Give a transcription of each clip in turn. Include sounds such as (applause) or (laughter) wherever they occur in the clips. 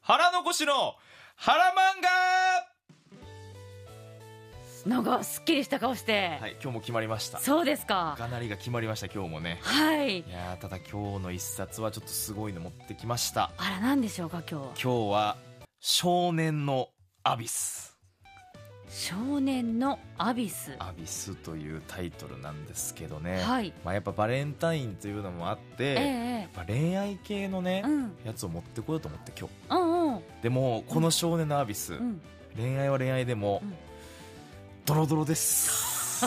腹残しの腹漫なんかすっきりした顔して、画はい、今日も決まりました。そうですかかなりが決まりました、今日もね。はいいやーただ今日の一冊はちょっとすごいの持ってきました。あら何でしょうか今日は今日は、少年のアビス。少年のアビスアビスというタイトルなんですけどね。はいまあやっぱバレンタインというのもあって、ええやえっぱ恋愛系のねえ、うんやつを持ってこようと思って今日。うんうんでも、この少年のアビス、うん恋愛は恋愛でも、うんドロドロ (laughs) です。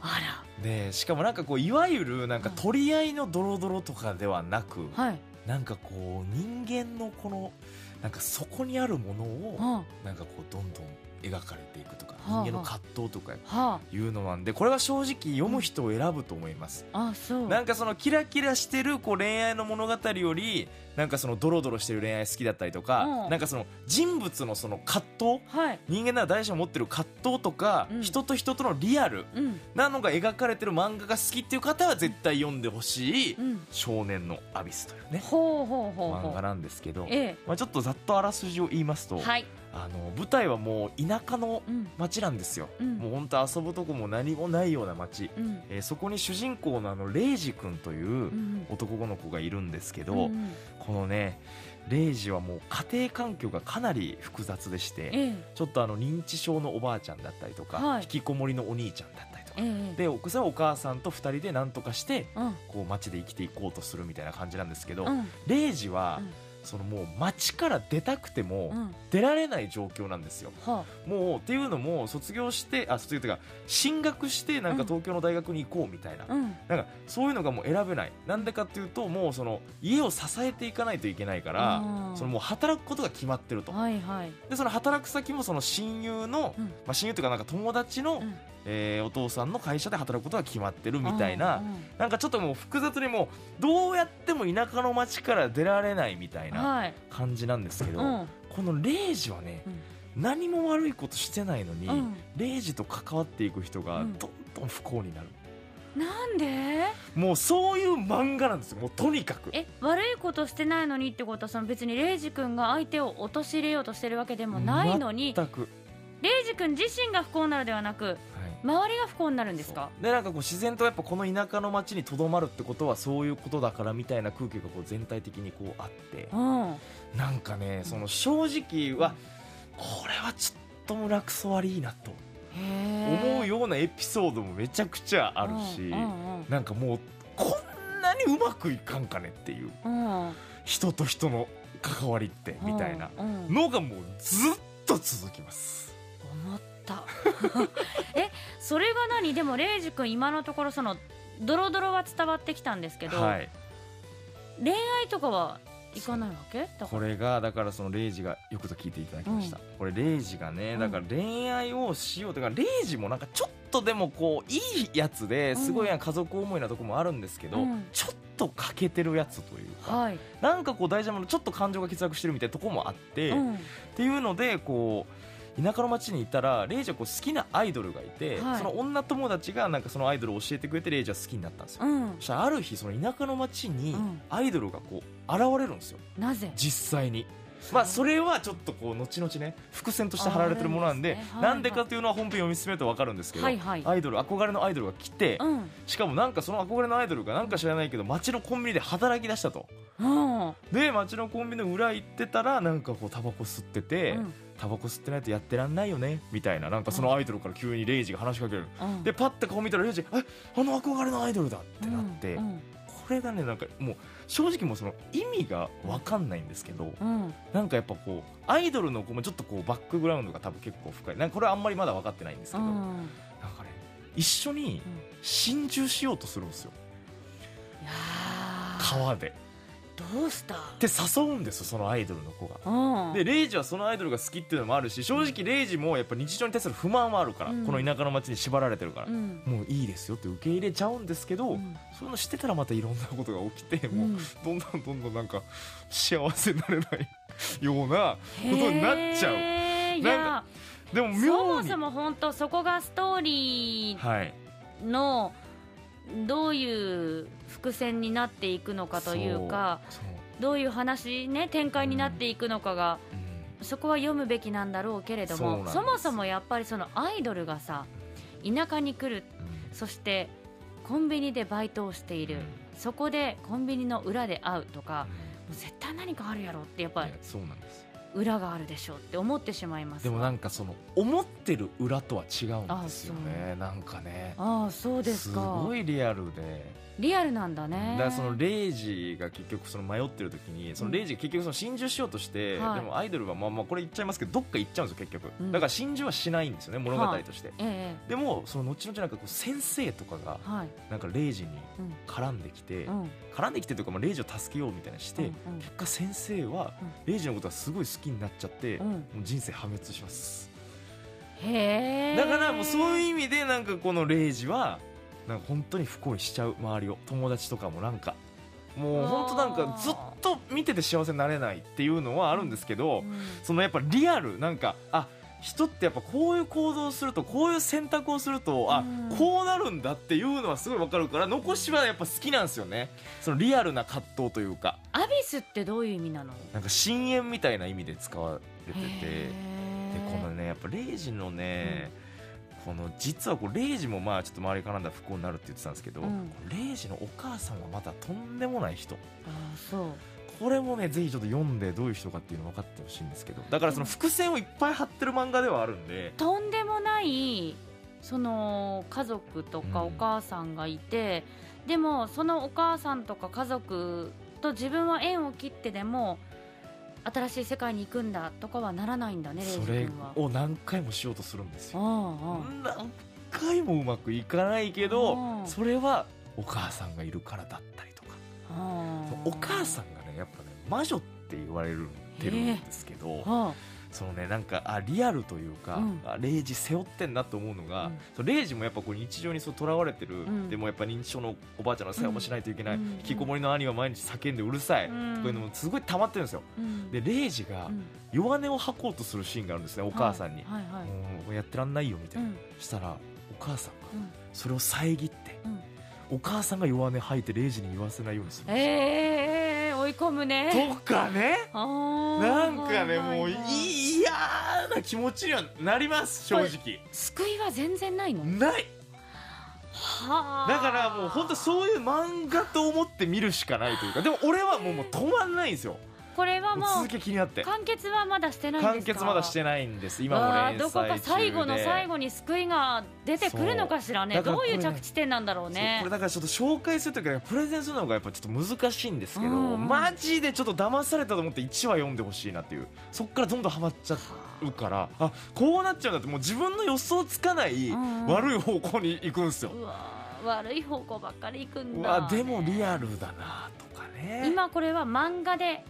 あでしかもなんかこういわゆるなんか取り合いのドロドロとかではなく、らはいなんかこう人間のこのなんかそこにあるものうをんはなんかこうどんどん描かれていくとかはあ人間の葛藤とかあいうのなんでこれは正直読む人を選ぶと思います、あそうなんかそのキラキラしてるこう恋愛の物語よりなんかそのドロドロしてる恋愛好きだったりとか、うんなんかその人物のその葛藤はい人間なら誰しも持ってる葛藤とか、うん人と人とのリアルうんなのが描かれてる漫画が好きっていう方は絶対読んでほしいうん「少年のアビス」というねほうほうほう漫ほ画うなんですけど、えまあ、ちょっとざっとあらすじを言いますえと、はいあの舞台はもう田舎のうん町なんですよ、うんもう本当遊ぶとこも何もないような町、うんえーそこに主人公のあのレイジ君といううんうん男の子がいるんですけど、うんうんこのねレイジはもう家庭環境がかなり複雑でしてええちょっとあの認知症のおばあちゃんだったりとか、はい引きこもりのお兄ちゃんだったりとかええで奥さんはお母さんと2人で何とかしてうんこう街で生きていこうとするみたいな感じなんですけど、うんレイジは、うんそのもう街から出たくてもうん出られない状況なんですよ。はもうっていうのも卒業してあ卒業というか進学してなんかうん東京の大学に行こうみたいな,、あうんなんかそういうのがもう選べないなんでかっていうともうその家を支えていかないといけないからあーそのもう働くことが決まってるとはいはいでその働く先もその親友の、うんまあ、親友というかなんか友達の、うんえーお父さんの会社で働くことが決まってるみたいな、うんなんかちょっともう複雑にもうどうやっても田舎の町から出られないみたいうんなはい感じなんですけど、うんこのレイジはね、何も悪いことしてないのに、うんレイジと関わっていく人がどうんんどん不幸になる、なんでもうそういう漫画なんですよもうとにかくえ悪いことしてないのにってことはその別にレイジ君が相手を陥れようとしてるわけでもないのに全く、はレイジ君自身が不幸になるではなくい周りが不幸になるんですかそうでなんかこう自然とやっぱこの田舎の町にとどまるってことはそういうことだからみたいな空気がこう全体的にこうあってうんうんなんかねその正直はこれはちょっと胸くそ悪いなと思うへえようなエピソードもめちゃくちゃあるしうんなんかもうこんなにうまくいかんかねっていううんうん人と人の関わりってみたいなうんうんのがもうずっと続きます。思った (laughs) えそれが何でもレイジ君今のところそのドロドロは伝わってきたんですけど恋は愛い、とかはいかないわけだかこられがだからそのレイジがよくぞ聞いていただきました、これレイジがねうんだから恋愛をしようというかレイジもなんかちょっとでもこういいやつでうんすごい家族思いなとこもあるんですけど、うんちょっと欠けてるやつというか、はいなんかこう大事なものちょっと感情が欠落してるみたいなとこもあって、うっんていうのでこう田舎の町にいたらレイジはこう好きなアイドルがいて、はいその女友達がなんかそのアイドルを教えてくれてレイジは好きになったんですよ、うんそしたらある日その田舎の町にうんアイドルがこう現れるんですよなぜ実際に。まあそれはちょっとこう後々ね伏線として貼られてるものなんであーあるんですねはいなんでかというのは本編読み進めると分かるんですけどはいはいアイドル憧れのアイドルが来てうんしかもなんかその憧れのアイドルがなんか知らないけど街のコンビニで働き出したとうんで街のコンビニの裏行ってたらなんかこうタバコ吸っててうんタバコ吸ってないとやってらんないよねみたいななんかそのアイドルから急にレイジが話しかけるうんでパッて顔見たらレイジが「えあの憧れのアイドルだ」ってなってうんこれがねなんかもう正直もうその意味が分かんないんですけどうんうんなんかやっぱこうアイドルの子もちょっとこうバックグラウンドが多分結構深いなんかこれはあんまりまだ分かってないんですけうど、なんんかね一緒に心中しようとするんですよいやー川でどうしたで誘うんですよそのアイドルの子が。うんでレイジはそのアイドルが好きっていうのもあるし正直レイジもやっぱ日常に対する不満はあるから、うんこの田舎の町に縛られてるからう、んもういいですよって受け入れちゃうんですけど、うんそういうのしてたらまたいろんなことが起きて、うもうんどんどんどんどんなんか幸せになれないようなことになっちゃうへーいなんやでもそ妙もにそも本当そこがストーリはいーのどういう伏線になっていくのかというかそうそうどういう話ね展開になっていくのかが、そこは読むべきなんだろうけれどそうなんもですそもそもやっぱりそのアイドルがさ田舎に来るそしてコンビニでバイトをしている、そこでコンビニの裏で会うとかもう絶対何かあるやろってやっぱいやそうなんです裏があるでしょうって思ってしまいますでもなんかその思ってる裏とは違うんですよあねなんかねああそうですかごいリアルでリアルなんだねだからそのレイジが結局その迷ってる時にそのレイジが結局その心中しようとして、はいでもアイドルはまあまあこれ言っちゃいますけどどっか行っちゃうんですよ結局、うんだから心中はしないんですよね物語として、えでもその後々なんかこう先生とかがえはいなんかレイジにうん絡んできて、うん絡んできてというかまあレイジを助けようみたいなして、うんうん結果先生はレイジのことがすごい好きになっちゃって、うんもう人生破滅しますへえだからもうそういうう意味でなんかこのレイジはなんか本当に不幸にしちゃう周りを友達とかもなんかもう本当なんかずっと見てて幸せになれないっていうのはあるんですけど、んそのやっぱリアルなんかあ人ってやっぱこういう行動をするとこういう選択をするとあ、うんこうなるんだっていうのはすごいわかるから残しはやっぱ好きなんですよねそのリアルな葛藤というかアビスってどういう意味なのなんか深淵みたいな意味で使われてて。へでえこのねやっぱレイジのね、この実はこうレイジもまあちょっと周りからなんだ不幸になるって言ってたんですけど、うんこのレイジのお母さんはまたとんでもない人ああそうこれもねぜひちょっと読んでどういう人かっていうの分かってほしいんですけどだからその伏線をいっぱい張ってる漫画ではあるんでとんでもないその家族とかうんお母さんがいて、でもそのお母さんとか家族と自分は縁を切ってでも新しい世界に行くんだとかはならないんだねレイジそれ君は。を何回もしようとするんですよあ何回もうまくいかないけどうんそれはお母さんがいるからだったりとかあああお母さんがねやっぱね魔女って言われるてるんですけど、あそのねなんかあリアルというか、うんあレイジ背負ってんなと思うのが、うんそのレイジもやっぱこう日常にそう囚われてる、うんでもやっぱ認知症のおばあちゃんの世話もしないといけない、うん引きこもりの兄は毎日叫んでうるさい、うんとかいうのもすごい溜まってるんですようんでレイジがうん弱音を吐こうとするシーンがあるんですねお母さんに、はいはいはいもうやってらんないよみたういんな、したらお母さんがうんそれを遮ってうんお母さんが弱音吐いてレイジに言わせないようにするんですよええ追い込むねとかねななんかねもうい嫌な気持ちにはなります正直救いは全然ないのないはあだからもう本当そういう漫画と思って見るしかないというかでも俺はもうもう止まんないんですよこれもはうもう続き気になって完結はまだしてないん完ですか結まだしてないんです今もわあ連載中でどこか最後の最後に救いが出てくるのかしらねそうだからどうこれいねう着地点なんだろうそうねこれだからちょっと紹介するときはプレゼンするのがやっぱちょっと難しいんですけどうんマジでちょっと騙されたと思って1話読んでほしいなっていうそっからどんどんハマっちゃうからあこうなっちゃうんだってもう自分の予想つかないうん悪い方向に行くんですようわあ悪い方向ばっかり行くんうだわでもリアルだなとかね今これは漫画で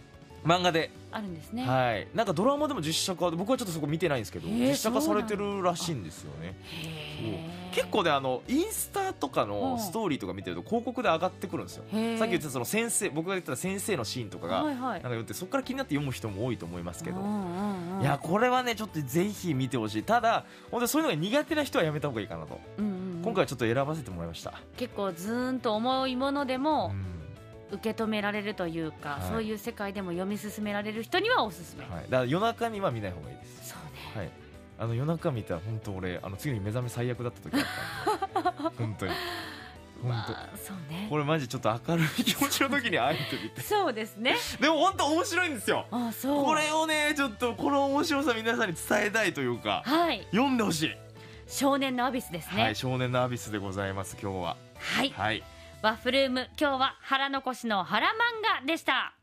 漫画で、あるんですね、はいなんかドラマでも実写化僕はちょっとそこ見てないんですけど、へー実写化されてるらしいんですよねへえ結構ねあのインスタとかうのんストーリーとか見てると広告で上がってくるんですよへえさっき言ってたその先生僕が言ってた先生のシーンとかがはなんいはいか言ってそこから気になって読む人も多いと思いますけうどんうんうんいやこれはねちょっとぜひ見てほしいただ本当にそういうのが苦手な人はやめた方がいいかなとうんうんうん今回はちょっと選ばせてもらいました結構ずーんと重いものでもうん受け止められるというか、はいそういう世界でも読み進められる人にはおすすめ、はいだから夜中には見ない方がいいですそうねはい、あの夜中見たら本当俺あの次の日目覚め最悪だった時あ (laughs) ったんで本当に本まあそうね当これマジちょっと明るい気持ちの時にあえてみて (laughs) そうですねでも本当面白いんですよあそうこれをねちょっとこの面白さ皆さんに伝えたいというかはい読んでほしい、少年のアビスですはねい、少年のアビスでございます今日ははい、はいワッフルーム今日は腹残しの腹漫画でした